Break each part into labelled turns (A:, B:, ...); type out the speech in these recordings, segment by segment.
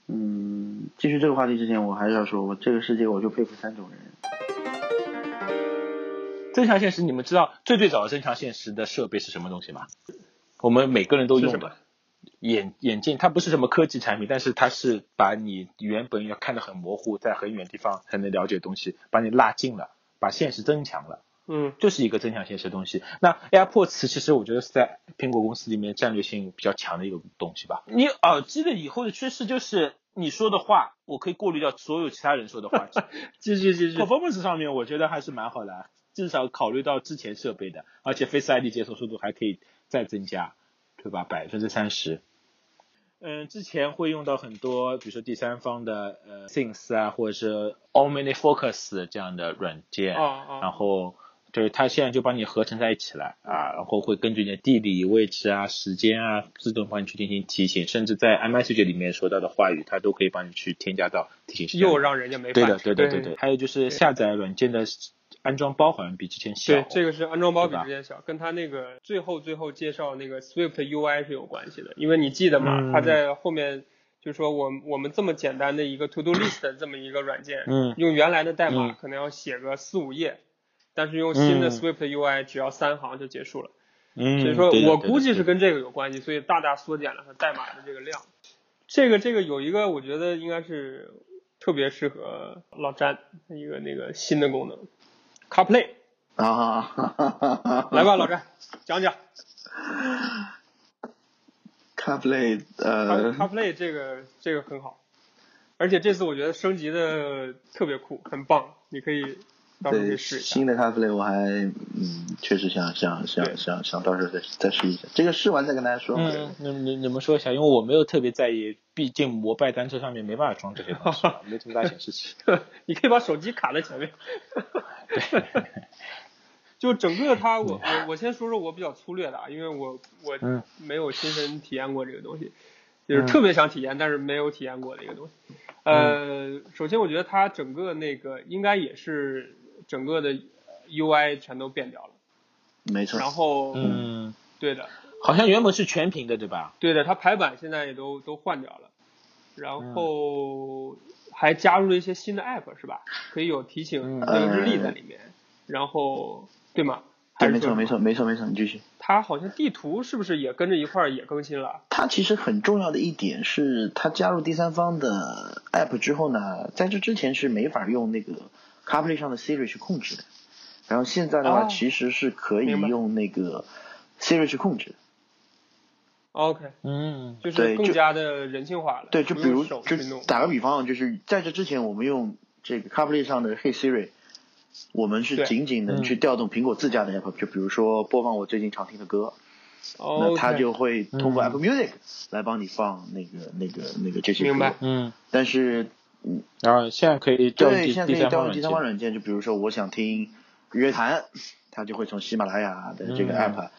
A: 继嗯续这个话题之前，我还是要说，我这个世界我就佩服三种人。
B: 增强现实，你们知道最最早的增强现实的设备是什么东西吗？我们每个人都
C: 是
B: 用
C: 什
B: 的
C: 么？
B: 眼眼镜，它不是什么科技产品，但是它是把你原本要看得很模糊，在很远地方才能了解的东西，把你拉近了，把现实增强了，
C: 嗯
B: 就是一个增强现实的东西。那 AirPods 其实我觉得是在苹果公司里面战略性比较强的一个东西吧。你耳机的以后的趋势就是你说的话，我可以过滤掉所有其他人说的话，
C: 继续继续
B: performance 上面，我觉得还是蛮好的，啊至少考虑到之前设备的，而且 Face ID 解锁速度还可以再增加，对吧？百分之三十。嗯，之前会用到很多，比如说第三方的呃 Things 啊，或者是 OmniFocus 这样的软件，
C: 啊啊，
B: 然后就是它现在就帮你合成在一起了啊，然后会根据你的地理位置啊、时间啊，自动帮你去进行提醒，甚至在 iMessage 里面说到的话语，它都可以帮你去添加到提醒声。
C: 又让人家没
B: 对
C: 法
B: 的，对的，对
C: 对
B: 的。还有就是下载软件的安装包好像比之前小
C: 对，。这个是安装包比
B: 对吧
C: 之前小，跟他那个最后最后介绍那个 Swift UI 是有关系的，因为你记得
B: 嗯
C: 嘛，他在后面就说我我们这么简单的一个 To Do List 的这么一个软件，
B: 嗯
C: 用原来的代码
B: 嗯
C: 可能要写个四五页，但是用新的
B: 嗯
C: Swift UI 只要三行就结束了，
B: 嗯，
C: 所以说
B: 对的
C: 我
B: 对的
C: 估计
B: 对
C: 是
B: 的
C: 跟这个有关系，所以大大缩减了它代码的这个量。这个这个有一个我觉得应该是特别适合老詹的一个那个新的功能，CarPlay。
A: 啊，哈哈哈哈
C: 来吧，老詹，讲讲
A: CarPlay，
C: Car-
A: 呃，
C: CarPlay 这个这个很好，而且这次我觉得升级的特别酷，很棒，你可以到时候可以
A: 对，
C: 试一下。
A: 新的 CarPlay 我还嗯，确实想想想
C: 对
A: 想想到时候再再试一下，这个试完再跟大家说。
B: 嗯，你你你们说一下，因为我没有特别在意，毕竟摩拜单车上面没办法装这些东西， 没这么大显示器。
C: 你可以把手机卡在前面。就整个它，我我我先说说我比较粗略的啊，因为我我
B: 嗯
C: 没有亲身体验过这个东西，就是
B: 嗯
C: 特别想体验，但是没有体验过的一个东西。
B: 嗯
C: 呃，首先我觉得它整个那个应该也是整个的 UI 全都变掉了，
A: 没错，
C: 然后
B: 嗯，
C: 对的，
B: 好像原本是全屏的，对吧？
C: 对的，它排版现在也都都换掉了，
A: 嗯
C: 然后还加入了一些新的 app 是吧？可以有提醒
B: 嗯
C: 定制力在里面，然后对吗？还
A: 对，
C: 是
A: 没错，
C: 说
A: 没错，没错，没错，你继续。
C: 它好像地图是不是也跟着一块儿也更新了？
A: 它其实很重要的一点是，它加入第三方的 app 之后呢，在这之前是没法用那个 CarPlay 上的 Siri 去控制的，然后现在的话
C: 哦
A: 其实是可以
C: 明白
A: 用那个 Siri 去控制的。
C: OK，
B: 嗯，
C: 就是
A: 对
C: 更
A: 就
C: 加的人性化了。
A: 对，就
C: 不
A: 比如
C: 用手
A: 就
C: 去弄。
A: 打个比方，就是在这之前我们用这个 CarPlay 上的 Hey Siri，我们是
C: 对
A: 仅仅
B: 嗯
A: 能去调动苹果自家的 app，、就比如说播放我最近常听的歌，那
C: 哦 OK，
A: 它就会通过
B: 嗯
A: Apple Music 来帮你放那个那个那个这些歌。
C: 明白
B: 嗯，
A: 但是
B: 然后现在可以调用
A: 对，
B: 第
A: 现在可
B: 第
A: 以
B: 三
A: 调用
B: 方软
A: 第
B: 件
A: 三方。软件，就比如说我想听乐坛，它就会从喜马拉雅的这个
B: 嗯
A: app，、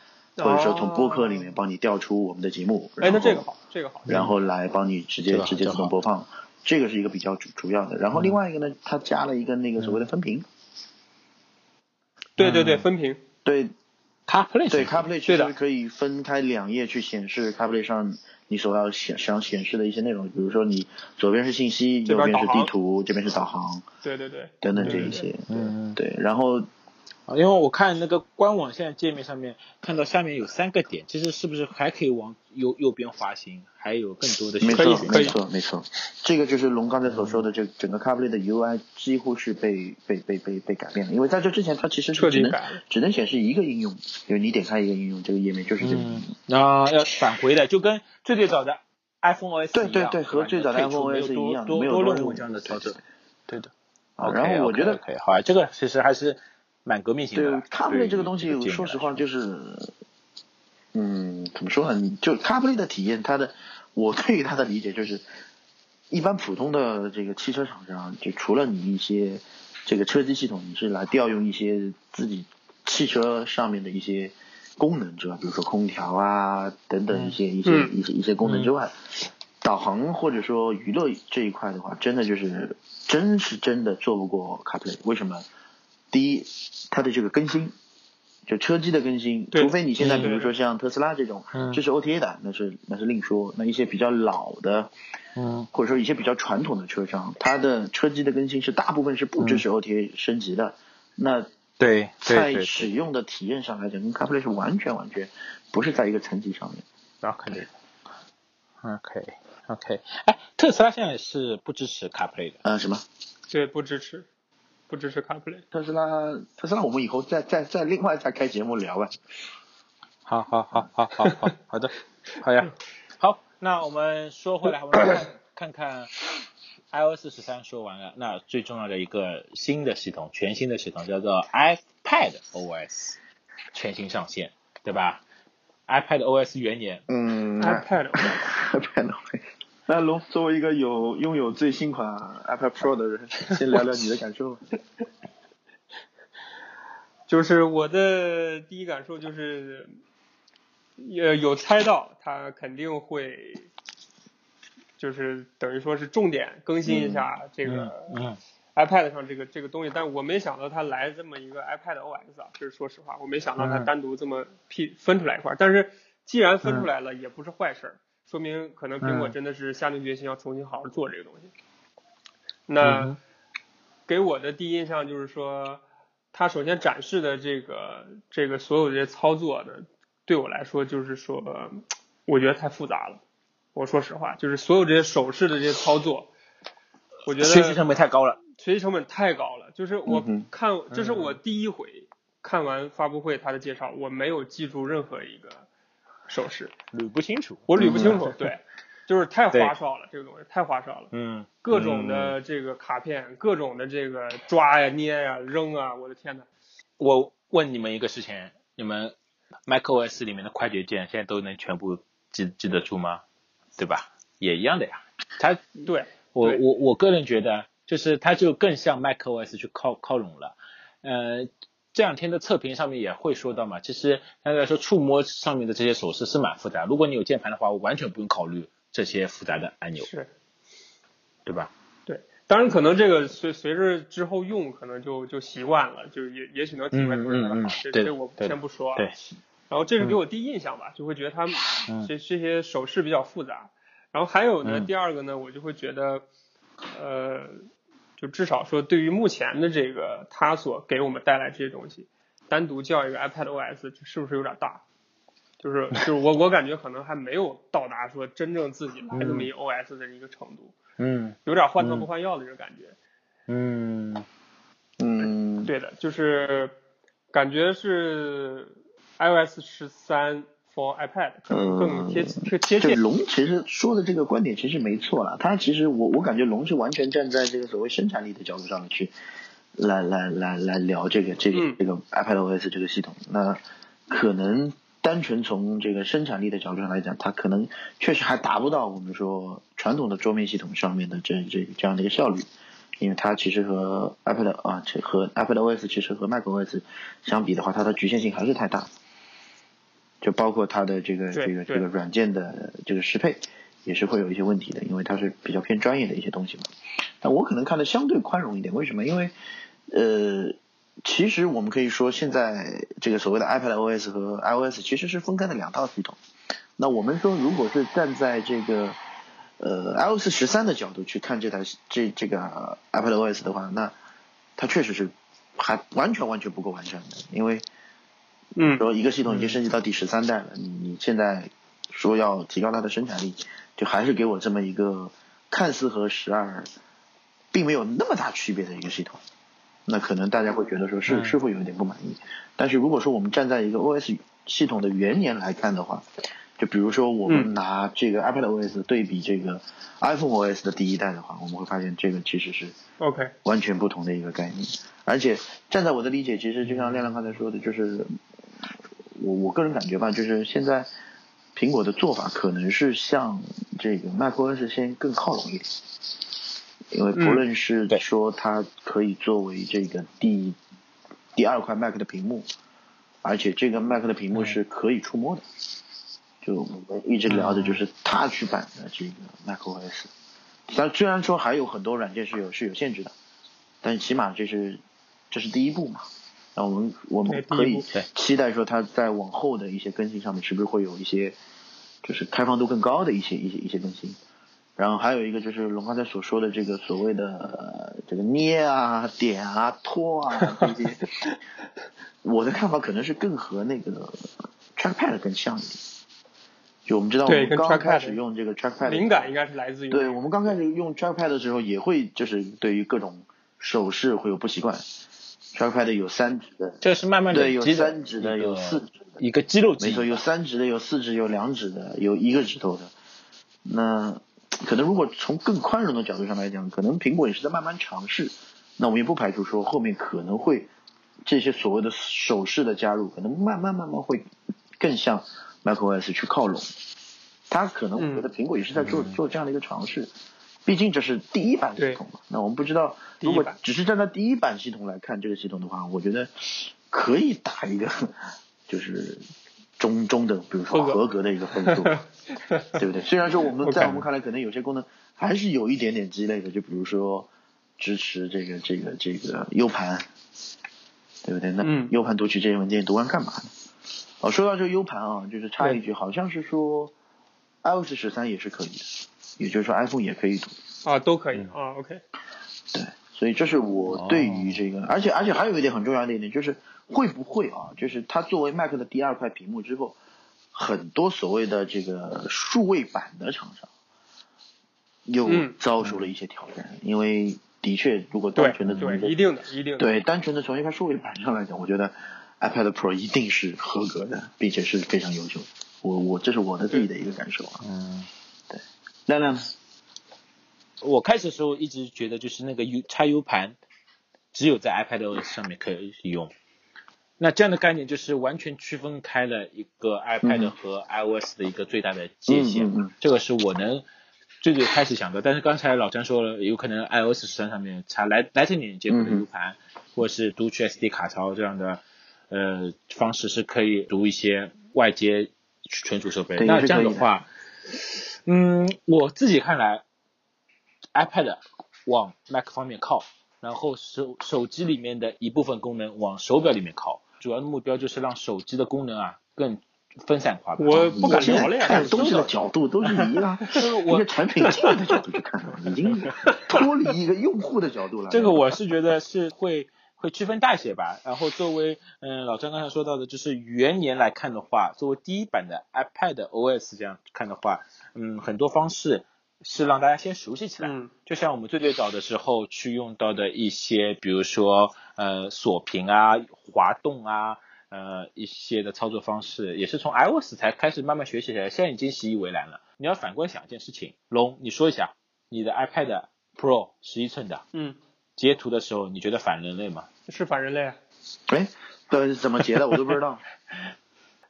A: 或者说从播客里面
C: 哦。
A: 帮你调出我们的节目，
C: 哎，
A: 然
C: 那
A: 后
C: 这个好，这个好。
A: 然后来帮你直接
B: 这个好
A: 直接自动播放，这个是一个比较主主要的。然后
C: 嗯
A: 另外一个呢，它加了一个那个所谓的分屏，
C: 对对对，
B: 嗯
C: 分屏。
A: 对
B: CarPlay
A: 对
B: 是吧
A: ，CarPlay 其
C: 对的
A: 实可以分开两页去显示 CarPlay 上你所要显想显示的一些内容，比如说你左边是信息，
C: 这
A: 右
C: 边
A: 边是
C: 导
A: 地
C: 航
A: 图，这边是导航
C: 对对对。
A: 等等这
C: 对
A: 一
C: 对
A: 些。
B: 嗯嗯，
A: 对，然后
B: 因为我看那个官网现在界面上面看到下面有三个点，其实是不是还可以往右右边滑行，还有更多的
A: 没
B: 选
A: 错，
B: 择
C: 可以
A: 没错，没错。这个就是龙刚才所说的，这整个 CarPlay 的 UI 几乎是被被被被被改变了，因为在这之前它其实
C: 彻
A: 是
C: 底
A: 只能
C: 改了
A: 只能显示一个应用，就是你点开一个应用，这个页面就是这个应用。
B: 嗯，那、要返回的，就跟最最早的 iPhone OS
A: 对
B: 一样
A: 对对和
B: 吧
A: 最早的
B: 退出
A: iPhone
B: 没有
A: OS
B: 多
A: 一样
B: 多
A: 没有
B: 多
A: 多
B: 任务
A: 任务
B: 这样的操作。对的。
A: 啊然后我觉得
B: 可以，好啊，这个其实还是蛮革命性
A: 对
B: 的。
A: CarPlay 这个东
B: 于
A: 西，
B: 界面
A: 说实
B: 来
A: 话就是，嗯，怎么说呢？你就 CarPlay 的体验，它的我对于它的理解就是，一般普通的这个汽车厂商，啊就除了你一些这个车机系统，你是来调用一些自己汽车上面的一些功能之外，比如说空调啊等等一些、一些
C: 嗯
A: 一些一些功能之外，导航或者说娱乐这一块的话，真的就是真是真的做不过 CarPlay。为什么？第一，它的这个更新就车机的更新，
C: 对
A: 除非你现在
C: 嗯
A: 比如说像特斯拉这种
B: 嗯
A: 支持 OTA 的，那是那是另说。那一些比较老的，
B: 嗯
A: 或者说一些比较传统的车商，它的车机的更新是大部分是不支持 OTA 升级的。那
B: 嗯对对
A: 在
B: 对
A: 使
B: 对，
A: 用的体验上来讲，跟 CarPlay 是完全完全不是在一个层级上面。
B: 那肯定。OK OK，哎，特斯拉现在是不支持 CarPlay 的。
A: 呃，什么？
C: 对，不支持，不支持 CarPlay。
A: 特斯拉，特斯拉，我们以后再再再另外再开节目聊吧。
B: 好好好好好好好 的，好呀，好，那我们说回来，我们看看看 iOS 十三说完了，那最重要的一个新的系统，全新的系统叫做 iPad OS，全新上线，对吧？iPad OS 元年，
A: 嗯
C: iPad OS
A: iPad 那龙，作为一个有拥有最新款 iPad Pro 的人，先聊聊你的感受吧。
C: 就是我的第一感受就是，也有猜到它肯定会，就是等于说是重点更新一下这个
B: 嗯
C: iPad 上这个这个东西，但我没想到它来这么一个 iPad OS 啊，就是说实话，我没想到它
B: 嗯
C: 单独这么批分出来一块儿。但是既然分出来了，也不是坏事儿，说明可能苹果
B: 嗯
C: 真的是下定决心要重新好好做这个东西。
B: 嗯
C: 那
B: 哼
C: 给我的第一印象就是说，它首先展示的这个这个所有这些操作的，对我来说就是说，呃我觉得太复杂了。我说实话，就是所有这些手势的这些操作，我觉得
B: 学习成本太高了，
C: 学习成本太高了。就是
A: 嗯
C: 我
A: 哼
C: 看，这
B: 嗯
C: 是我第一回看完发布会它的介绍，我没有记住任何一个手势，
B: 捋不清楚，
C: 我捋不清楚。对，就是太
B: 嗯对
C: 花哨了，这个东西太花哨了。
B: 嗯，
C: 各种的这个卡片，各种的这个抓呀、捏呀、扔啊，我的天呐！
B: 我问你们一个事情，你们 macOS 里面的快捷键现在都能全部记记得住吗？对吧？也一样的呀，它
C: 对，
B: 我
C: 对
B: 我我个人觉得，啊就是它就更向 macOS 去靠靠拢了。呃，这两天的测评上面也会说到嘛，其实相对来说触摸上面的这些手势是蛮复杂。如果你有键盘的话，我完全不用考虑这些复杂的按钮，
C: 是
B: 对吧？
C: 对。当然，可能这个随随着之后用，可能就就习惯了，就也也许能体会出来
B: 嗯嗯
C: 了
B: 嗯
C: 哈。这
B: 对的
C: 这我
B: 对的
C: 先不说啊。
B: 对，
C: 然后这是给我第一印象吧，就会觉得他们
B: 嗯
C: 这这些手势比较复杂。然后还有呢，
B: 嗯
C: 第二个呢，我就会觉得，呃，就至少说对于目前的这个它所给我们带来这些东西，单独叫一个 iPad OS 这是不是有点大？就是就是我我感觉可能还没有到达说真正自己来这么一个 OS 的一个程度，
B: 嗯
C: 有点换汤不换药的这个感觉。
B: 嗯
A: 嗯，
C: 对的，就是感觉是 iOS 十三 for iPad 可能更贴贴贴
A: 就
C: 切。
A: 龙其实说的这个观点其实没错了，他其实我我感觉龙是完全站在这个所谓生产力的角度上面去来来来来聊这个这个、
C: 嗯
A: 这个 iPadOS 这个系统，那可能单纯从这个生产力的角度上来讲，它可能确实还达不到我们说传统的桌面系统上面的这这这样的一个效率。因为它其实和 iPad 啊，这和 iPadOS 其实和 macOS 相比的话，它的局限性还是太大，就包括它的这个
C: 对
A: 这个这
C: 对
A: 个软件的这个适配，也是会有一些问题的，因为它是比较偏专业的一些东西嘛。但我可能看的相对宽容一点，为什么？因为呃，其实我们可以说，现在这个所谓的 iPadOS 和 iOS 其实是分开的两套系统。那我们说，如果是站在这个呃 iOS 十三的角度去看这台这这个 iPadOS 的话，那它确实是还完全完全不够完善的，因为
C: 嗯，
A: 说一个系统已经升级到第十三代了，你你现在说要提高它的生产力，就还是给我这么一个看似和十二并没有那么大区别的一个系统，那可能大家会觉得说是
B: 嗯
A: 是会有一点不满意。但是如果说我们站在一个 OS 系统的元年来看的话，就比如说我们
C: 嗯
A: 拿这个 iPad OS 对比这个 iPhone OS 的第一代的话，我们会发现这个其实是
C: OK，
A: 完全不同的一个概念。而且站在我的理解，其实就像亮亮刚才说的，就是我我个人感觉吧，就是现在苹果的做法可能是向这个 macOS 先更靠拢一点，因为不
C: 嗯
A: 论是
B: 对
A: 说它可以作为这个第第二块 Mac 的屏幕，而且这个 Mac 的屏幕是可以触摸的。就我们一直聊的就是 Touch 版的这个 macOS，但虽然说还有很多软件是有是有限制的，但起码这是这是第一步嘛。那我们我
C: 对
A: 们
C: 第一
A: 可以
C: 步
B: 对
A: 期待说它在往后的一些更新上面，是不是会有一些就是开放度更高的一些一些一些更新？然后还有一个就是龙刚才所说的这个所谓的、呃这个捏啊、点啊、拖啊这些，我的看法可能是更和那个 trackpad 更像一点。就我们知道，我
C: 对
A: 们
C: 跟
A: 刚开
C: trackpad
A: 始用这个 trackpad
C: 灵感应该是来自于
A: 对我们刚开始用 trackpad 的时候，也会就是对于各种手势会有不习惯。trackpad 有三指的，
B: 这是慢慢
A: 对，
B: 累
A: 有
B: 积的
A: 三指的，
B: 一个
A: 有四指的，
B: 一个肌肉记
A: 没错，
B: 忆。
A: 有三指的，有四指，有两指的，有一个指头的。那可能如果从更宽容的角度上来讲，可能苹果也是在慢慢尝试。那我们也不排除说后面可能会这些所谓的手势的加入，可能慢慢慢慢会更向 macOS 去靠拢。它可能我觉得苹果也是在做、做这样的一个尝试，毕竟这是第一版系统嘛。那我们不知道，
C: 第一
A: 如果
C: 版
A: 只是站在第一版系统来看这个系统的话，我觉得可以打一个就是中中等，比如说
C: 合格
A: 合格的一个分数，对 不对？虽然说我们
C: OK
A: 在我们看来，可能有些功能还是有一点点鸡肋的，就比如说支持这个这个这个 U 盘，对不对？那
C: 嗯
A: U 盘读取这些文件读完干嘛呢？哦，说到这个 U 盘啊，就是插一句，好像是说 iOS 十三也是可以的，也就是说 iPhone 也可以读。
C: 啊都可以啊 OK
A: 对，所以这是我对于这个，而且而且还有一点很重要的一点就是会不会啊，就是它作为 Mac 的第二块屏幕之后，很多所谓的这个数位版的厂商又
C: 嗯
A: 遭受了一些挑战，因为的确如果单
C: 对
A: 纯的从一个
C: 对一定的一定的
A: 对单纯的从一块数位版上来讲，我觉得 iPad Pro 一定是合格的，并且是非常优秀。我我这是我的自己的一个感受啊。
B: 嗯，
A: 亮亮呢，
B: 我开始的时候一直觉得就是那个 U 插 U 盘只有在 iPadOS 上面可以用。那这样的概念就是完全区分开了一个 iPad
A: 嗯
B: 和 iOS 的一个最大的界
A: 嗯
B: 限，
A: 嗯嗯
B: 这个是我能最最开始想到。但是刚才老张说了，有可能 iOS 十三上面插来来这点接口的
A: 嗯嗯
B: U 盘，或者是读取 SD 卡槽这样的呃方式是可以读一些外接存储设备。
A: 对
B: 那
A: 也是
B: 这样
A: 可
B: 的
A: 以的
B: 话，嗯，我自己看来，iPad 往 Mac 方面靠，然后手手机里面的一部分功能往手表里面靠，主要的目标就是让手机的功能啊更分散化吧。嗯
C: 我不
A: 我
C: 敢
A: 现
C: 聊
A: 在
C: 了呀，
A: 看
C: 这
A: 东
C: 个
A: 西的
C: 收到
A: 角度都是一样，一
B: 我
A: 个产品经理的角度去看了，已经脱离一个用户的角度了。
B: 这个我是觉得是会会区分大一些吧。然后作为嗯、呃老张刚才说到的，就是元年来看的话，作为第一版的 iPad OS 这样看的话，嗯，很多方式是让大家先熟悉起来。
C: 嗯
B: 就像我们最最早的时候去用到的一些，比如说呃锁屏啊、滑动啊，呃一些的操作方式，也是从 iOS 才开始慢慢学习起来，现在已经习以为然了。你要反观想一件事情，龙，你说一下你的 iPad Pro 十一寸的
C: 嗯
B: 截图的时候，你觉得反人类吗？
C: 是反人类啊
A: 哎，对，怎么截的我都不知道。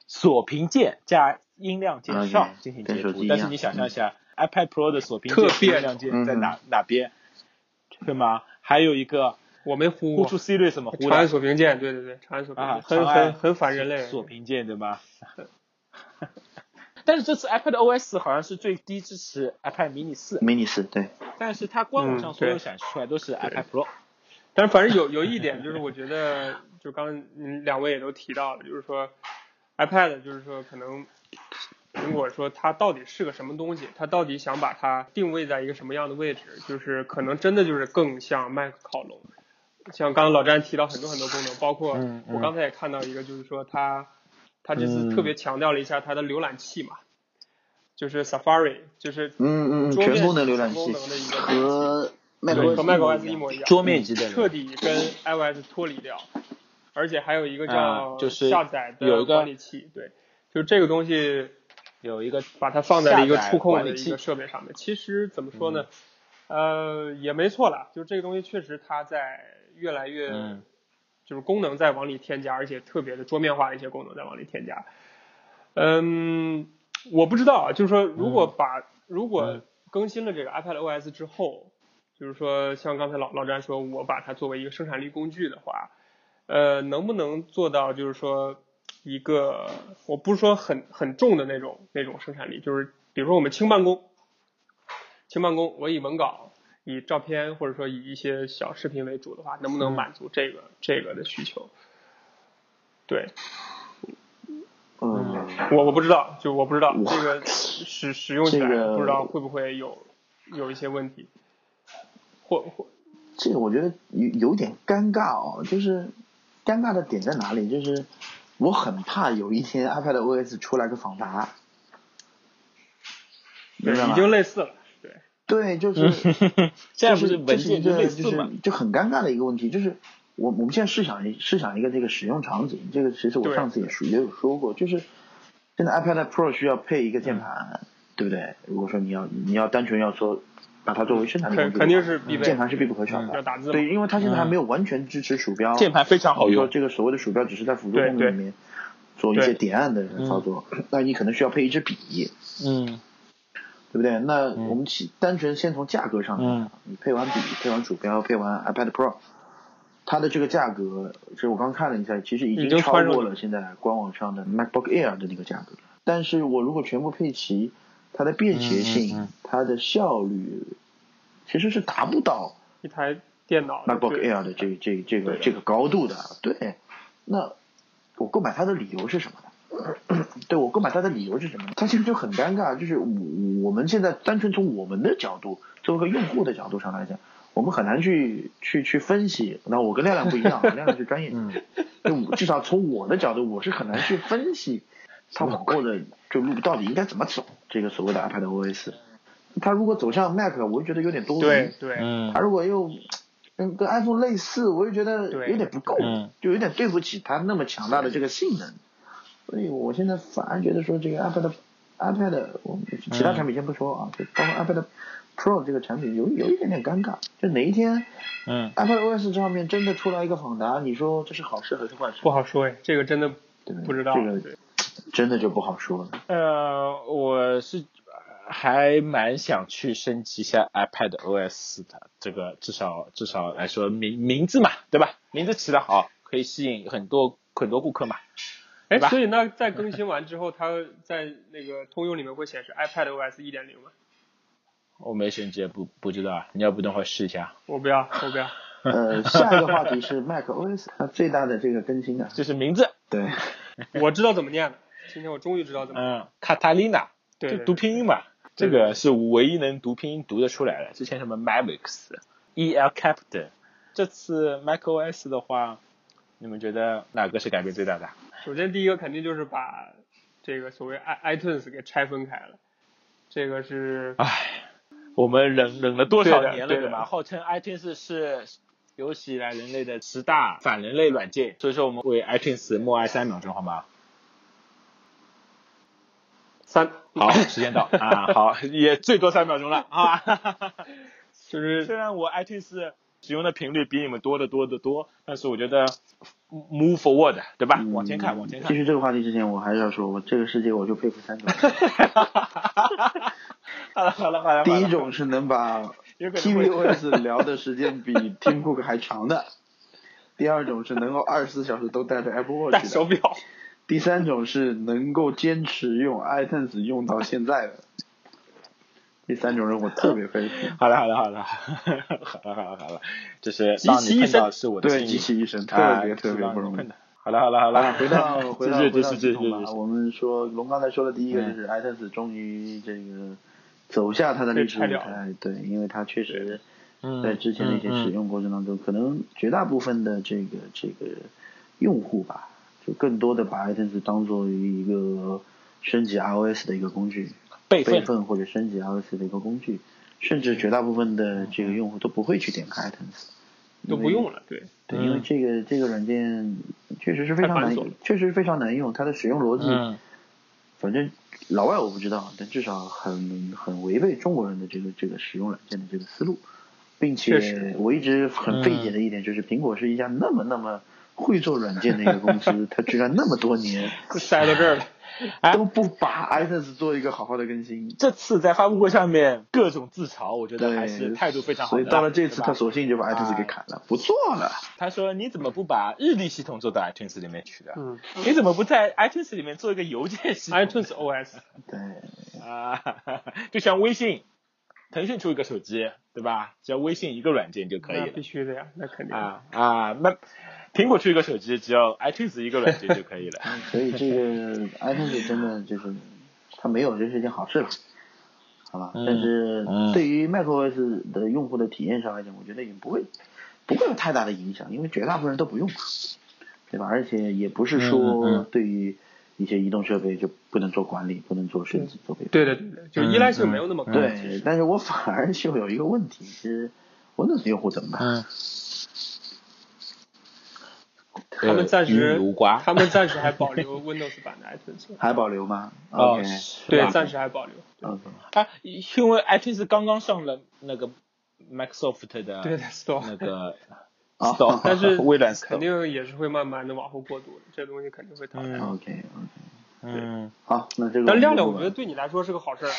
B: 锁屏键加音量键上
A: 嗯
B: 进行
A: 跟
B: 截
A: 手机
B: 图
A: 一，
B: 但
A: 样嗯
B: 是你想象一下、i p a d Pro 的锁屏
C: 特
B: 键和
C: 别
B: 音量键在哪、哪边，对吗？还有一个
C: 我没呼
B: 呼
C: 过
B: 出 C 率怎么呼
C: 长安
B: 的
C: 锁屏键，对对对，长安锁屏
B: 啊？
C: 键，很
B: 长安
C: 很很反人类。
B: 锁屏键对吧？ 但是这次 iPad OS 好像是最低支持 iPad mini 四，
A: mini 四对，
B: 但是它官网上
C: 嗯
B: 所有
C: 对
B: 展示出来都是 iPad Pro。
C: 但是反正有有一点就是，我觉得就刚刚您两位也都提到了，就是说 iPad 就是说可能苹果说它到底是个什么东西，它到底想把它定位在一个什么样的位置，就是可能真的就是更向 Mac 靠拢。像刚刚老詹提到很多很多功能，包括
B: 嗯嗯
C: 我刚才也看到一个，就是说它它这次
A: 嗯
C: 特别强调了一下它的浏览器嘛，就是 Safari，就是
A: 嗯嗯嗯，
C: 桌面
A: 全功能浏览
C: 全
A: 器
C: 功能的一个
A: 和 Mac
B: 对
C: 和
A: OS
C: macOS 一模一样，
B: 桌面级的
C: 彻底跟 iOS 脱离掉，而且还有一个
B: 啊
C: 叫
B: 就是
C: 下载
B: 有一
C: 的
B: 个
C: 管理器，对，就这个东西
B: 有一个
C: 把它放在了一个
B: 下载
C: 触控
B: 管
C: 的
B: 理
C: 一个
B: 器嗯
C: 设备上面。其实怎么说呢，呃，也没错啦，就这个东西确实它在越来越、
B: 嗯
C: 就是功能在往里添加，而且特别的桌面化的一些功能在往里添加。嗯，我不知道啊，就是说如果把、如果更新了这个 iPad OS 之后，就是说像刚才老老詹说，我把它作为一个生产力工具的话，呃，能不能做到就是说一个我不是说很很重的那种那种生产力，就是比如说我们轻办公，轻办公，我以文稿、以照片或者说以一些小视频为主的话，能不能满足这个、这个的需求？对
A: 嗯，
C: 我我不知道，就我不知道
A: 哇
C: 这个使使用起来
A: 这个
C: 不知道会不会有有一些问题，或或
A: 这个我觉得有有点尴尬哦，就是尴尬的点在哪里？就是我很怕有一天 iPad OS 出来个访达，明白
C: 对已
A: 吗？
C: 经类似了，对
A: 对，
C: 嗯
A: 就是
B: 现在
A: 就
B: 不
A: 是
B: 文件
A: 就
B: 就是类
A: 一个
B: 似嘛？
A: 就是就很尴尬的一个问题，就是我我们现在试想一试想一个这个使用场景，这个其实我
C: 对
A: 上次也说也有说过，就是现在 iPad Pro 需要配一个键盘，
C: 嗯
A: 对不对？如果说你要你要单纯要说把它作为生产力工具的话，
C: 肯肯定是必备嗯
A: 键盘是必不可少
C: 要
A: 的。
C: 打字嘛，嗯
A: 对，因为它现在还没有完全支持鼠标，
B: 键盘非常好
A: 比如说
B: 用，
A: 这个所谓的鼠标只是在辅助功
C: 对
A: 能里面做一些
C: 对嗯
A: 点按的操作，那你可能需要配一支笔，
B: 嗯
A: 对不对？那我们起单纯先从价格上来
B: 嗯
A: 讲，你配完笔、配完鼠标、配完 iPad Pro，它的这个价格，其实我刚看了一下，其实已
C: 已
A: 经
C: 经
A: 超
C: 穿上
A: 过
C: 了
A: 了现在官网上的 MacBook Air 的那个价格。但是我如果全部配齐，它的便携性、
B: 嗯嗯嗯
A: 它的效率，其实是达不到
C: 一台电脑
A: MacBook
C: 对
A: Air 的这这这个
C: 对的
A: 这个高度的。对，那我购买它的理由是什么呢？ 对我购买它的理由是什么呢？它其实就很尴尬，就是我我们现在单纯从我们的角度，作为一个用户的角度上来讲，我们很难去去去分析。那我跟亮亮不一 样，啊亮亮是专业，
B: 嗯，
A: 就我至少从我的角度，我是很难去分 析它往后的这路到底应该怎么走。这个所谓的 iPad OS，它如果走向 Mac，我就觉得有点多余。
C: 对对
B: 嗯
A: 它如果又嗯跟跟 iPhone 类似，我就觉得
C: 对
A: 有点不够
B: 嗯，
A: 就有点对不起它那么强大的这个性能。所以我现在反而觉得说这个 iPad iPad 我们其他产品先不说啊，就包括 iPad Pro 这个产品有有一点点尴尬，就哪一天
B: 嗯，
A: iPad OS 上面真的出来一个访达，你说这是好事还是坏事？
C: 不好说哎，这个真的
A: 对
C: 不知道
A: 这个
C: 对
A: 真的就不好说了。
B: 呃，我是还蛮想去升级一下 iPad OS 的，这个至少至少来说名名字嘛，对吧？名字起得好，可以吸引很多很多顾客嘛。
C: 哎，
B: 吧
C: 所以那在更新完之后，它在那个通用里面会显示 iPad OS 一点零吗？
B: 我没升级，不不知道啊，你要不等会儿试一下？
C: 我不要，我不要。
A: 呃，下一个话题是 macOS，它最大的这个更新啊，
B: 就是名字，
A: 对，
C: 我知道怎么念了，今天我终于知道怎么念。
B: 嗯，卡塔琳娜，
C: 对
B: 就
C: 对
B: 读
C: 对
B: 拼音嘛。这
C: 对
B: 个是唯一能读拼音读得出来的。之前什么 Mavericks、EL Captain，这次 macOS 的话，你们觉得哪个是改变最大的？啊
C: 首先第一个肯定就是把这个所谓 i iTunes 给拆分开了，这个是
B: 唉，我们忍忍了多少
C: 对的
B: 年了，
C: 对的
B: 对吧？号称 iTunes 是有史以来人类的十大反人类软件，所以说我们为 iTunes 默哀三秒钟，好吗？
C: 三，
B: 好，时间到啊，好，也最多三秒钟了啊。
C: 就是
B: 虽然我 iTunes 使用的频率比你们多得多得多，但是我觉得 move forward，对吧？往前看，往前
A: 继
B: 看。
A: 续嗯这个话题之前，我还是要说，我这个世界我就佩服三种人。
B: 好了好了好了，
A: 第
B: 好
A: 一
B: 了
A: 种是能把
B: 有可能会
A: TVOS 聊的时间比 Tim Cook 还长的，第二种是能够二十四小时都带着 Apple
C: 戴
A: Watch
C: 手
A: 的，
C: 表，
A: 第三种是能够坚持用 iTunes 用到现在的。第三种人我特别佩服，
B: 好了好了好了好了好了好了，就是当你碰到是我的
A: 对，
B: 幸
A: 集
B: 运，
A: 其一生，特
B: 啊
A: 别特别不容易。。
B: 好了好了好
A: 啊
B: 了，，
A: 回 到回到
B: 这
A: 回
B: 这
A: 到
B: 这
A: 系
B: 这
A: 统吧，
B: 这，
A: 我们说龙刚才说的第一个就
B: 嗯
A: 是 iTunes 终于这个走下它的历史
C: 被拆
A: 舞
C: 掉
A: 台，对，因为它确实
B: 嗯
A: 在之前的一些使用过程当中，可能绝大部分的这个这个用户吧，就更多的把 iTunes 当做一个升级 iOS 的一个工具，
B: 备
A: 备
B: 份，
A: 份或者升级 iOS 的一个工具，甚至绝大部分的这个用户都不会去点开 iTunes，
C: 都不
A: 因为
C: 用了，对，
A: 对，因为
B: 嗯
A: 这个这个软件确实是非常
C: 太
A: 难
C: 繁琐了，
A: 确实非常难用，它的使用逻辑，
B: 嗯
A: 反正老外我不知道，但至少很很违背中国人的这个这个使用软件的这个思路，并
C: 确实
A: 且我一直很费
B: 嗯
A: 解的一点就是，苹果是一家那么那么会做软件的一个公司，它居然那么多年
C: 就塞到这 儿了。
B: 哎
A: 都不把 iTunes 做一个好好的更新。
B: 这次在发布会上面各种自嘲，我觉得
A: 对，
B: 还是态度非常好
A: 所
B: 的
A: 以
B: 啦。
A: 到了这次，
B: 对吧啊
A: 他索性就把 iTunes 给砍了，不做了。
B: 他说：“你怎么不把日历系统做到 iTunes 里面去的？
C: 嗯
B: 你怎么不在 iTunes 里面做一个邮件系统
C: ，iTunes OS
B: 哎
A: 对，
B: 啊？ 就像微信，腾讯出一个手机，对吧？只要微信一个软件就可以
C: 那
B: 了
C: 必须的呀，那肯定。
B: 啊啊！那苹果出一个手机，只要 iTunes 一个软件就可以了。
A: 嗯所以这个 iPhone 真的就是它没有就是一件好事了，好吧？
B: 嗯
A: 但是
B: 嗯
A: 对于 macOS 的用户的体验上来讲，我觉得也不会不会有太大的影响，因为绝大部分人都不用嘛，对吧？而且也不是
B: 嗯嗯
A: 说
B: 嗯
A: 对于一些移动设备就不能做管理，不能做升级、做备份。
C: 对的对的，就依赖性没有那么高。
B: 嗯
C: 其
A: 对，
C: 实
A: 但是我反而就有一个问题是，Windows 用户怎么办？
B: 嗯，
C: 他们暂
B: 与
C: 时
B: 你无瓜
C: 他们暂时还保留 Windows 版 的 iTunes，
A: 还保留吗
B: 哦
A: ？OK，
B: 是
C: 对，
B: 吧
C: 暂时还保留。
A: OK，
B: 啊，因为 iTunes 刚刚上了那个 Microsoft 的
C: 对
B: 啊
C: 的
B: 那
C: ，Store
B: 个
A: 啊
B: Store，
C: 但是
B: 微软 Store
C: 肯定也是会慢慢的往后过渡的，这东西肯定会淘汰。
B: 嗯
A: OK，
B: 嗯，
A: 好，那这个
C: 但亮亮，
A: 们
C: 我
A: 就不
C: 觉得对你来说是个好事儿。啊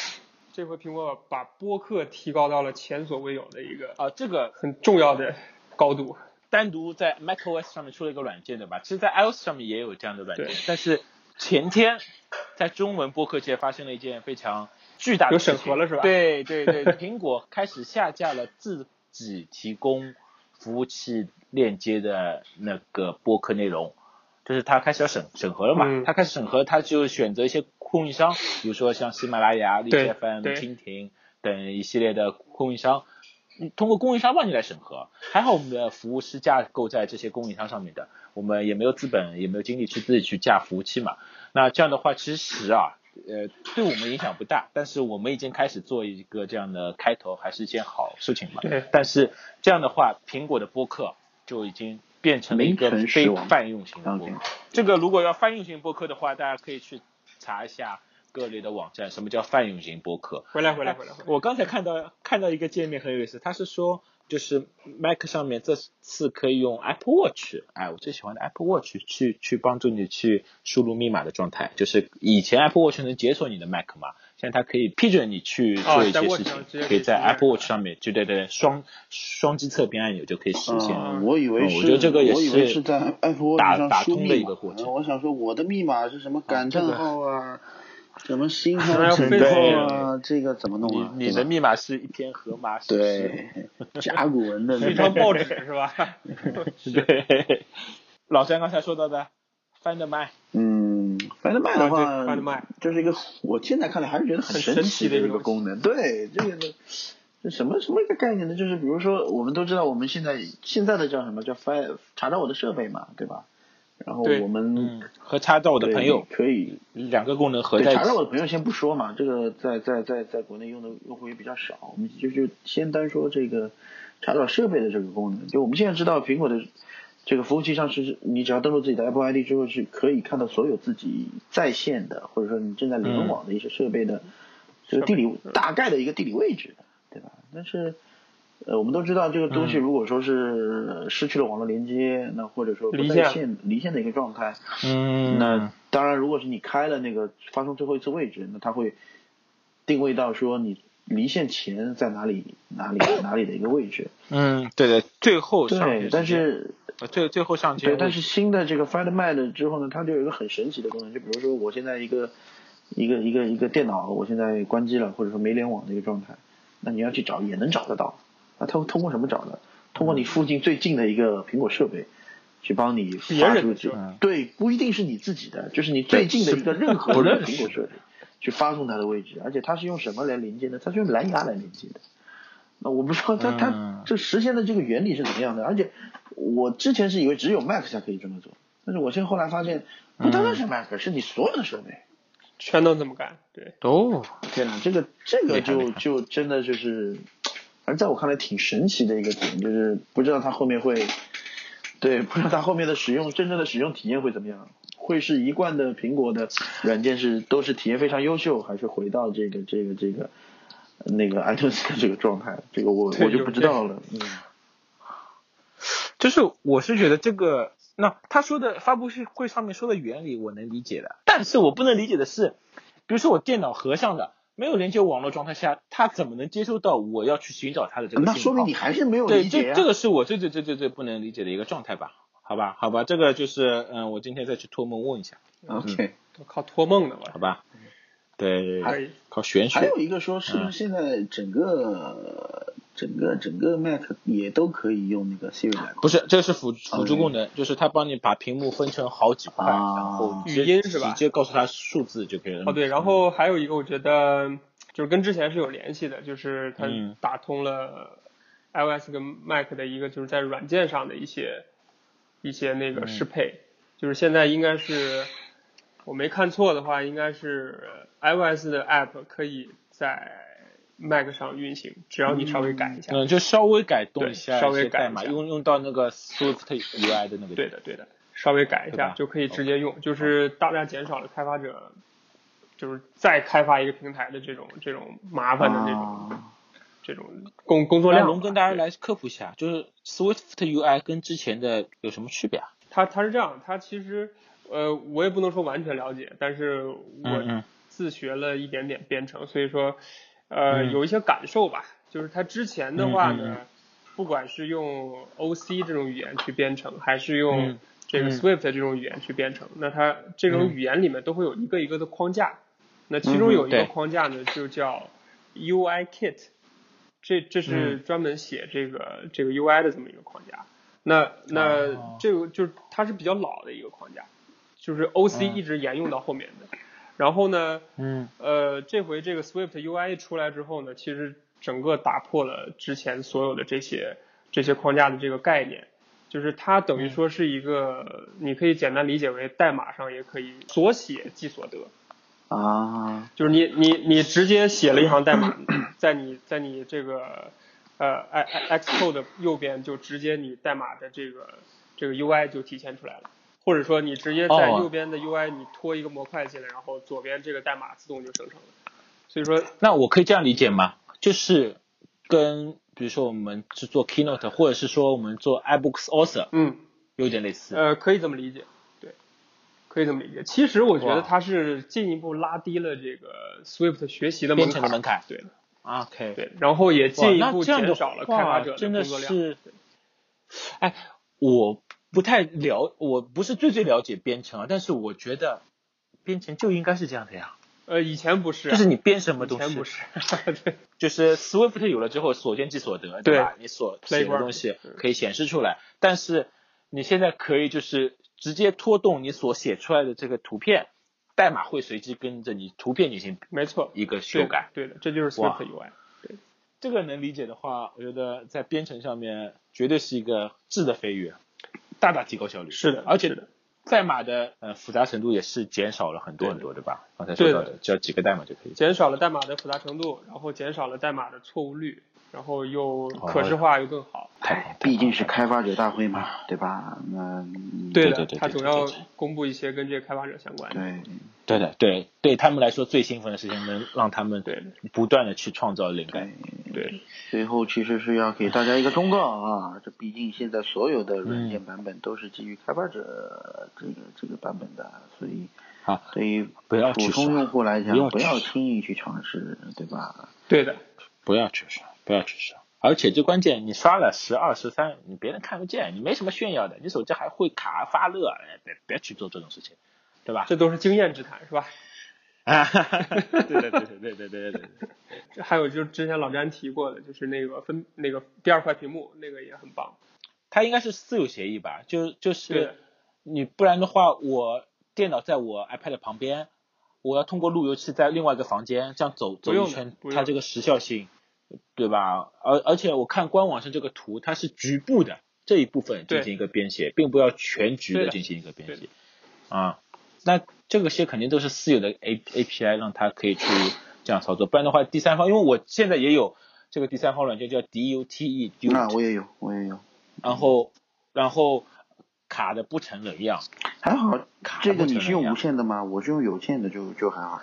C: 这回苹果把播客提高到了前所未有的一个
B: 啊，这个
C: 很重要的高度。
B: 单独在 macOS 上面出了一个软件，对吧？其实，在 iOS 上面也有这样的软件
C: 对，
B: 但是前天在中文播客界发生了一件非常巨大的
C: 有
B: 事情
C: 审核了是吧
B: 对对对，苹果开始下架了自己提供服务器链接的那个播客内容。就是它开始要审审核了嘛，
C: 嗯
B: 它开始审核，它就选择一些供应商，比如说像喜马拉雅、荔枝
C: 对
B: FM、
C: 对
B: 蜻蜓等一系列的供应商，嗯通过供应商帮你来审核。还好我们的服务是架构在这些供应商上面的，我们也没有资本，也没有精力去自己去架服务器嘛。那这样的话，其实啊，呃，对我们影响不大，但是我们已经开始做一个这样的开头，还是一件好事情嘛。
C: 对
B: 但是这样的话，苹果的播客就已经变成了一个
A: 名存
B: 非
A: 实亡
B: 泛用型的播
A: OK
B: 客。这个如果要泛用型播客的话，大家可以去查一下各类的网站，什么叫泛用型播客。
C: 回来回来回来回 来，
B: 我刚才看到看到一个界面很有意思，它是说就是 Mac 上面这次可以用 Apple Watch，哎，我最喜欢的 Apple Watch 去去帮助你去输入密码的状态，就是以前 Apple Watch 能解锁你的 Mac 嘛，现在它可以批准你去做一
C: 哦在
B: 些
C: Watch
B: 事情，
C: 上直接
B: 可以在
C: 可以实现
B: Apple Watch 上面，就对对对，双双击侧边按钮就可以实现。
A: 啊，我以为
B: 嗯
A: 是，
B: 我觉得这个也
A: 我以为
B: 是
A: 是在 Apple Watch
B: 打
A: 上
B: 打
A: 输
B: 通
A: 密
B: 的
A: 码
B: 一个过程
A: 呃我想说我的密码是什么感
B: 这
A: 叹
B: 个
A: 号啊，什么 星号
C: 还要
A: 乘
C: 背
A: 号啊，这个怎么弄啊？
B: 你你
A: 对
B: 的
A: 吧
B: 密码是一篇河马史诗，
A: 对甲骨文的
C: 是
A: 那
C: 一张
A: 个
C: 报纸 是吧？啊
B: 对，老詹刚才说到的 Find My，
A: 嗯，反正卖的话，
C: 翻的啊卖，
A: 这是一个我现在看来还是觉得
C: 很
A: 神
C: 神奇
A: 的
C: 的一
A: 一
C: 个
A: 个功能。对，这个这什么什么一个概念呢？就是比如说，我们都知道我们现在现在的叫什么叫 Fi 查找我的设备嘛，对吧？然后
C: 对
A: 我们
B: 嗯，和查到我的
A: 对
B: 朋友
A: 可以
B: 两个功能合
A: 对，
B: 在一
A: 查到我
B: 起。
A: 的朋友先不说嘛，这个在在在在国内用的用户也比较少，我们就是先单说这个查找设备的这个功能。就我们现在知道苹果的这个服务器上是，你只要登录自己的 Apple ID 之后，是可以看到所有自己在线的或者说你正在
C: 嗯
A: 联网的一些设备的这个地理、大概的一个地理位置的，对吧？但是呃，我们都知道这个
C: 嗯
A: 东西，如果说是失去了网络连接，那或者说不
C: 离
A: 在
C: 线
A: 线离线的一个状态，
B: 嗯
A: 那当然，如果是你开了那个发送最后一次位置，那它会定位到说你离线前在哪里哪里哪里的一个位置。
B: 嗯，对对，最后上
A: 对，
B: 街
A: 但是
B: 呃最最后上
A: 对，
B: 街，
A: 但是新的这个 Find My 之后呢，它就有一个很神奇的功能，就比如说我现在一个一个一个一个电脑，我现在关机了，或者说没联网的一个状态，那你要去找也能找得到。那它通过什么找呢？通过你附近最近的一个苹果设备。去帮你
C: 别
A: 发
C: 人
A: 出
C: 的
A: 去
B: 嗯
C: 设备，
A: 对，不一定是你自己的，就是你最近的一个任何一个苹果设备去发送它的位置，而且它是用什么来连接的？它是用蓝牙来连接的。那我不知道它
B: 嗯
A: 它这实现的这个原理是怎么样的，而且我之前是以为只有 Mac 才可以这么做，但是我现在后来发现，不单单是 Mac，是你所有的设备。
C: 全能这么干，对，
B: 哦，
A: 天呐，这个这个
B: 厉害厉
A: 就
B: 害
A: 就真的就是，反正在我看来挺神奇的一个点，就是不知道它后面会，对，不知道它后面的使用真正的使用体验会怎么样，会是一贯的苹果的软件是都是体验非常优秀，还是回到这个这个这个那个 iTunes 的这个状态？这个我
C: 对
A: 我就不知道了。嗯，
B: 就是我是觉得这个，那他说的发布会上面说的原理我能理解的，但是我不能理解的是，比如说我电脑合上了，没有连接网络状态下，它怎么能接收到我要去寻找它的这个信号？
A: 那说明你还是没有
B: 对，
A: 理解
C: 啊
A: 啊
B: 这
A: 呀、
B: 这个是我最最最最最不能理解的一个状态吧？好吧，好吧，这个就是嗯，我今天再去托梦问一下，
A: 嗯 OK，、
C: 都靠托梦的
B: 好
C: 我。
B: 吧？对，
C: 可以，
B: 靠玄
A: 还
B: 学
A: 嗯有一个说是不是现在整个。整个整个 Mac 也都可以用那个 Siri 来控制。
B: 不是，这个是
C: 嗯
B: 辅辅助功能，就是它帮你把屏幕分成好几块，
A: 啊
B: 然后直
C: 语音是吧
B: 直接告诉它数字就可以了。
C: 哦对，然后还有一个我觉得就是跟之前是有联系的，就是它
B: 嗯
C: 打通了 iOS 跟 Mac 的一个就是在软件上的一些一些那个
B: 嗯
C: 适配，就是现在应该是我没看错的话，应该是 iOS 的 App 可以在 Mac 上运行，只要你稍微改一下。
B: 嗯，就稍微改动一
C: 对
B: 下
C: 稍
B: 一
C: 微
B: 些
C: 改一
B: 代码，
C: 下
B: 用用到那个 Swift UI 的那个。
C: 对的，对的，稍微改一
B: 对
C: 下
B: 吧
C: 就可以直接用，就是大大减少了开发者就是再开发一个平台的这种这种麻烦的这种、
A: 啊这种
C: 工工作
B: 来
C: 量吧。
B: 龙跟大家
C: 对，
B: 来科普一下，就是 Swift UI 跟之前的有什么区别啊？
C: 他他是这样，他其实呃，我也不能说完全了解，但是我
B: 嗯
C: 自学了一点点编程，所以说呃
B: 嗯
C: 有一些感受吧。就是他之前的话
B: 嗯嗯
C: 呢，不管是用 OC 这种语言去编程，还是用、
B: 嗯
C: 这个
B: 嗯
C: Swift 这种语言去编程，那它这种语言里面都会有一个一个的框架，那其中有一
B: 嗯对
C: 个框架呢，就叫 UI Kit，这这是
B: 嗯
C: 专门写这个、这个 UI 的这么一个框架。那
B: 哦
C: 那这个就是它是比较老的一个框架，就是 OC
B: 嗯
C: 一直沿用到后面的。然后呢，
B: 嗯
C: 呃，这回这个 Swift UI 出来之后呢，其实整个打破了之前所有的这些这些框架的这个概念，就是它等
B: 嗯
C: 于说是一个，你可以简单理解为代码上也可以所写即所得，
A: 啊，
C: 就是你你你直接写了一行代码，在你在你这个呃 i Xcode 右边就直接你代码的这个这个 UI 就体现出来了，或者说你直接在
B: 哦
C: 右边的 UI 你拖一个模块进来，然后左边这个代码自动就生成了。所以说，
B: 那我可以这样理解吗？就是跟比如说我们是做 Keynote，或者是说我们做 iBooks Author
C: 嗯，
B: 有点类似。
C: 呃，可以这么理解，对，可以这么理解。其实我觉
B: 哇
C: 得它是进一步拉低了这个 Swift 学习的门
B: 编
C: 槛，
B: 程的门槛啊
C: 对
B: OK，
C: 对，然后也
B: 哇
C: 进一
B: 那
C: 步
B: 这样的
C: 减少了开发者
B: 话真
C: 工
B: 的
C: 作量。
B: 是，哎，我不太了，我不是最最了解编程啊，但是我觉得编程就应该是这样的呀，
C: 呃，以前不是、啊，
B: 就是你编什么
C: 以
B: 东
C: 前
B: 西，
C: 不是，对，
B: 就是 Swift 有了之后，所见即所得，
C: 对
B: 吧？你所写
C: Playground，
B: 的东西
C: 嗯
B: 可以显示出来，但是你现在可以就是直接拖动你所写出来的这个图片，代码会随机跟着你图片进行
C: 没错，
B: 一个
C: 对
B: 修
C: 的
B: 改。
C: 对的，这就是
B: 哇
C: Swift UI。
B: 这个能理解的话，我觉得在编程上面绝对是一个质的飞跃，大大提高效率。
C: 是的
B: 而
C: 是
B: 且
C: 的
B: 代码的呃复杂程度也是减少了很多很多，对吧？刚才
C: 对
B: 说
C: 的
B: 到的，只要几个代码就可以。
C: 减少了代码的复杂程度，然后减少了代码的错误率，然后又
B: 哦
C: 可视化又更好。
B: 太好了，
A: 毕竟是开发者大会嘛，对吧？那嗯
B: 对对，
C: 的
B: 对
C: 它
B: 对
C: 总
B: 对
C: 要
B: 对
C: 公布一些跟这个开发者相关的。
A: 对，
B: 对的，对，对他们来说最兴奋的事情，能让他们
C: 对
B: 不断的去创造灵感。
C: 对，
A: 最后其实是要给大家一个忠告啊，这毕竟现在所有的软
B: 嗯
A: 件版本都是基于开发者这个这个版本的，所以
B: 啊，
A: 对于
B: 不要
A: 普
B: 去
A: 通用
B: 刷，
A: 户来讲
B: 不要，
A: 不要
B: 去
A: 轻易去尝试，对吧？
C: 对的，
B: 不要去刷，不要去刷。而且最关键，你刷了十二、十三，你别人看不见，你没什么炫耀的，你手机还会卡发热，哎别别去做这种事情，对吧？
C: 这都是经验之谈，是吧？
B: 啊，对对对对对对对对对，
C: 这还有就是之前老詹提过的，就是那个分那个第二块屏幕，那个也很棒。
B: 它应该是私有协议吧？就就
C: 对
B: 是
C: 的
B: 你不然的话，我电脑在我 iPad 旁边，我要通过路由器在另外一个房间这样走走
C: 不用
B: 一
C: 的
B: 圈
C: 不，用
B: 它这个时效性，对吧？而而且我看官网上这个图，它是局部的这一部分进行一个编写，并不要全局
C: 对
B: 的
C: 的
B: 进行一个编
C: 对
B: 写啊。那这个些肯定都是私有的 A A P I，让它可以去这样操作，不然的话，第三方，因为我现在也有这个第三方软件叫 D U T E，
A: 那我也有，我也有，
B: 然后然后卡的不成人样。
A: 还好
B: 卡
A: 这个
B: 不成
A: 你是用
B: 人样
A: 无线的吗？我是用有线的就，就还好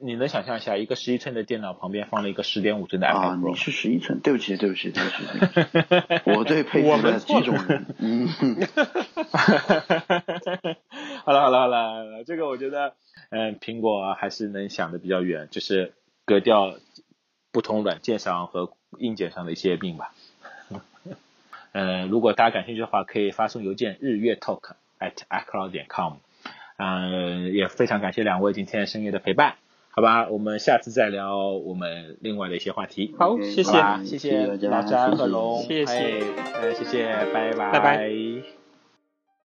B: 你能想象一下，一个十一寸的电脑旁边放了一个十点五寸的
A: 啊。
B: iPad
A: 你
B: Pro，、
A: 是十一寸，对不起，对不起，对不起，对不起 我对配
C: 我
A: 置
C: 们
A: 的
C: 错
A: 几
C: 了
A: 种人，嗯，
B: 好了好了好了好了，这个我觉得，嗯，苹果啊还是能想的比较远，就是隔掉不同软件上和硬件上的一些病吧。 嗯，如果大家感兴趣的话，可以发送邮件日月 talk 呃 at icloud 点 com。嗯、也非常感谢两位今天深夜的陪伴。好吧，我们下次再聊我们另外的一些话题。
C: 好，
A: OK，
C: 谢谢
B: 好吧，
A: 嗯
B: 谢
A: 谢谢大家
B: 老詹和
A: 谢谢
B: 龙，
C: 哎谢谢
B: 哎呃，谢谢，拜拜，
C: 拜拜。